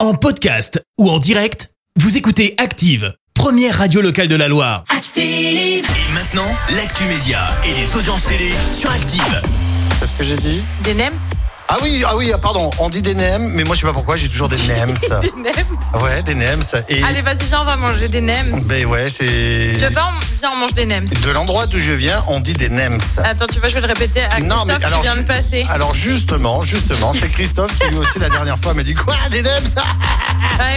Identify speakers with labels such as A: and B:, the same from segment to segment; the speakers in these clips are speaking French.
A: En podcast ou en direct, vous écoutez Active, première radio locale de la Loire.
B: Active,
A: Et maintenant, l'actu média et les audiences télé sur Active.
C: C'est ce que j'ai dit
D: Des NEMS
C: Ah oui, ah oui, ah pardon, on dit des NEM, mais moi je sais pas pourquoi, j'ai toujours des NEMs.
D: Des NEMS
C: Ouais, des NEMs. Et
D: Allez, vas-y, viens, on va manger des NEMS.
C: ben ouais, c'est
D: Je pars, on- viens, on mange des NEMS.
C: de l'endroit d'où je viens, on dit des NEMs.
D: Attends, tu vois, je vais le répéter à
C: Non, mais
D: Christophe
C: alors,
D: qui vient de
C: je-
D: passer.
C: Alors justement, justement, c'est Christophe qui lui aussi la dernière fois m'a dit quoi des NEMs
D: ouais,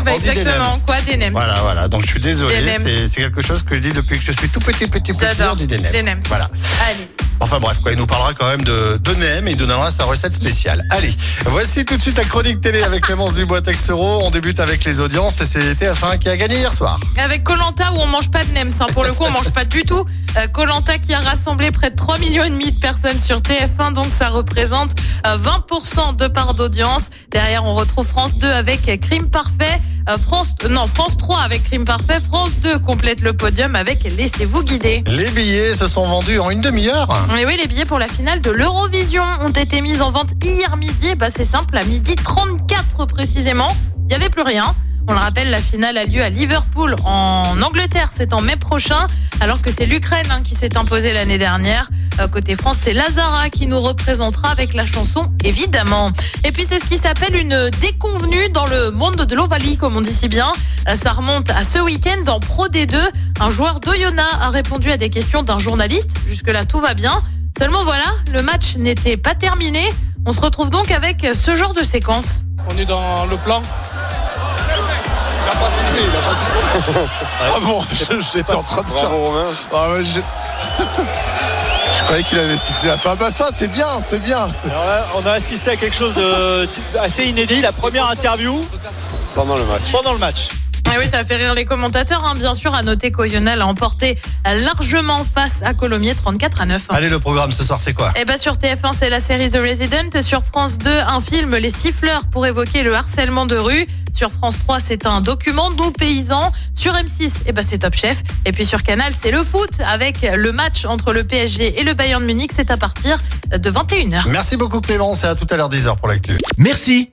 D: bah,
C: Ah, on dit des
D: exactement. Quoi, des NEMS
C: Voilà, voilà. Donc je suis
D: Des
C: désolé,
D: NEMs.
C: c'est- c'est quelque chose que je dis depuis que je suis tout petit, petit, petit.
D: J'adore.
C: On dit des NEMs.
D: Des NEMs.
C: Voilà.
D: Allez.
C: Enfin bref, quoi, il nous parlera quand même de, de NEM et il nous donnera sa recette spéciale. Allez, voici tout de suite la chronique télé avec Clémence Dubois-Texero. On débute avec les audiences et c'est TF1 qui a gagné hier soir.
D: Et Avec Colanta où on mange pas de NEMS. hein. Pour le coup, on mange pas du tout. Euh, Colanta qui a rassemblé près de 3,5 millions de personnes sur TF1, donc ça représente euh, 20% de part d'audience. Derrière, on retrouve France 2 avec euh, Crime Parfait. Euh, France, euh, non, France 3 avec Crime Parfait. France 2 complète le podium avec Laissez-vous guider.
C: Les billets se sont vendus en une demi-heure.
D: Et oui, les billets pour la finale de l'Eurovision ont été mis en vente hier midi. Et Bah, c'est simple, à midi 34 précisément, il n'y avait plus rien. On le rappelle, la finale a lieu à Liverpool en Angleterre. C'est en mai prochain, alors que c'est l'Ukraine hein, qui s'est imposée l'année dernière. Euh, côté France, c'est Lazara qui nous représentera avec la chanson Évidemment. Et puis c'est ce qui s'appelle une déconvenue dans le monde de l'Ovalie, comme on dit si bien. Euh, Ça remonte à ce week-end en Pro D2. Un joueur d'Oyonnax a répondu à des questions d'un journaliste. Jusque-là, tout va bien. Seulement voilà, le match n'était pas terminé. On se retrouve donc avec ce genre de séquence.
E: On est dans le plan.
F: Il a pas sifflé, il a pas sifflé.
C: Ah bon, je- j'étais en train de faire.
F: Bravo Romain.
C: Ah ouais, je... je croyais qu'il avait sifflé la fin. Ah bah ça, c'est bien, c'est bien.
G: Alors là, on a assisté à quelque chose de assez inédit, la première interview
F: Pendant le match.
G: pendant le match.
D: Et oui, ça fait rire les commentateurs, hein. bien sûr. À noter qu'Oyonnax a emporté largement face à Colomiers 34 à 9.
C: Allez, le programme ce soir, c'est quoi
D: Eh ben sur TF1, c'est la série The Resident. Sur France 2, un film Les Siffleurs pour évoquer le harcèlement de rue. Sur France 3, c'est un document Nos paysans. Sur M6, eh ben c'est Top Chef. Et puis sur Canal, c'est le foot avec le match entre le PSG et le Bayern de Munich. C'est à partir de 21h.
C: Merci beaucoup Clémence et à tout à l'heure 10h pour l'actu.
A: Merci,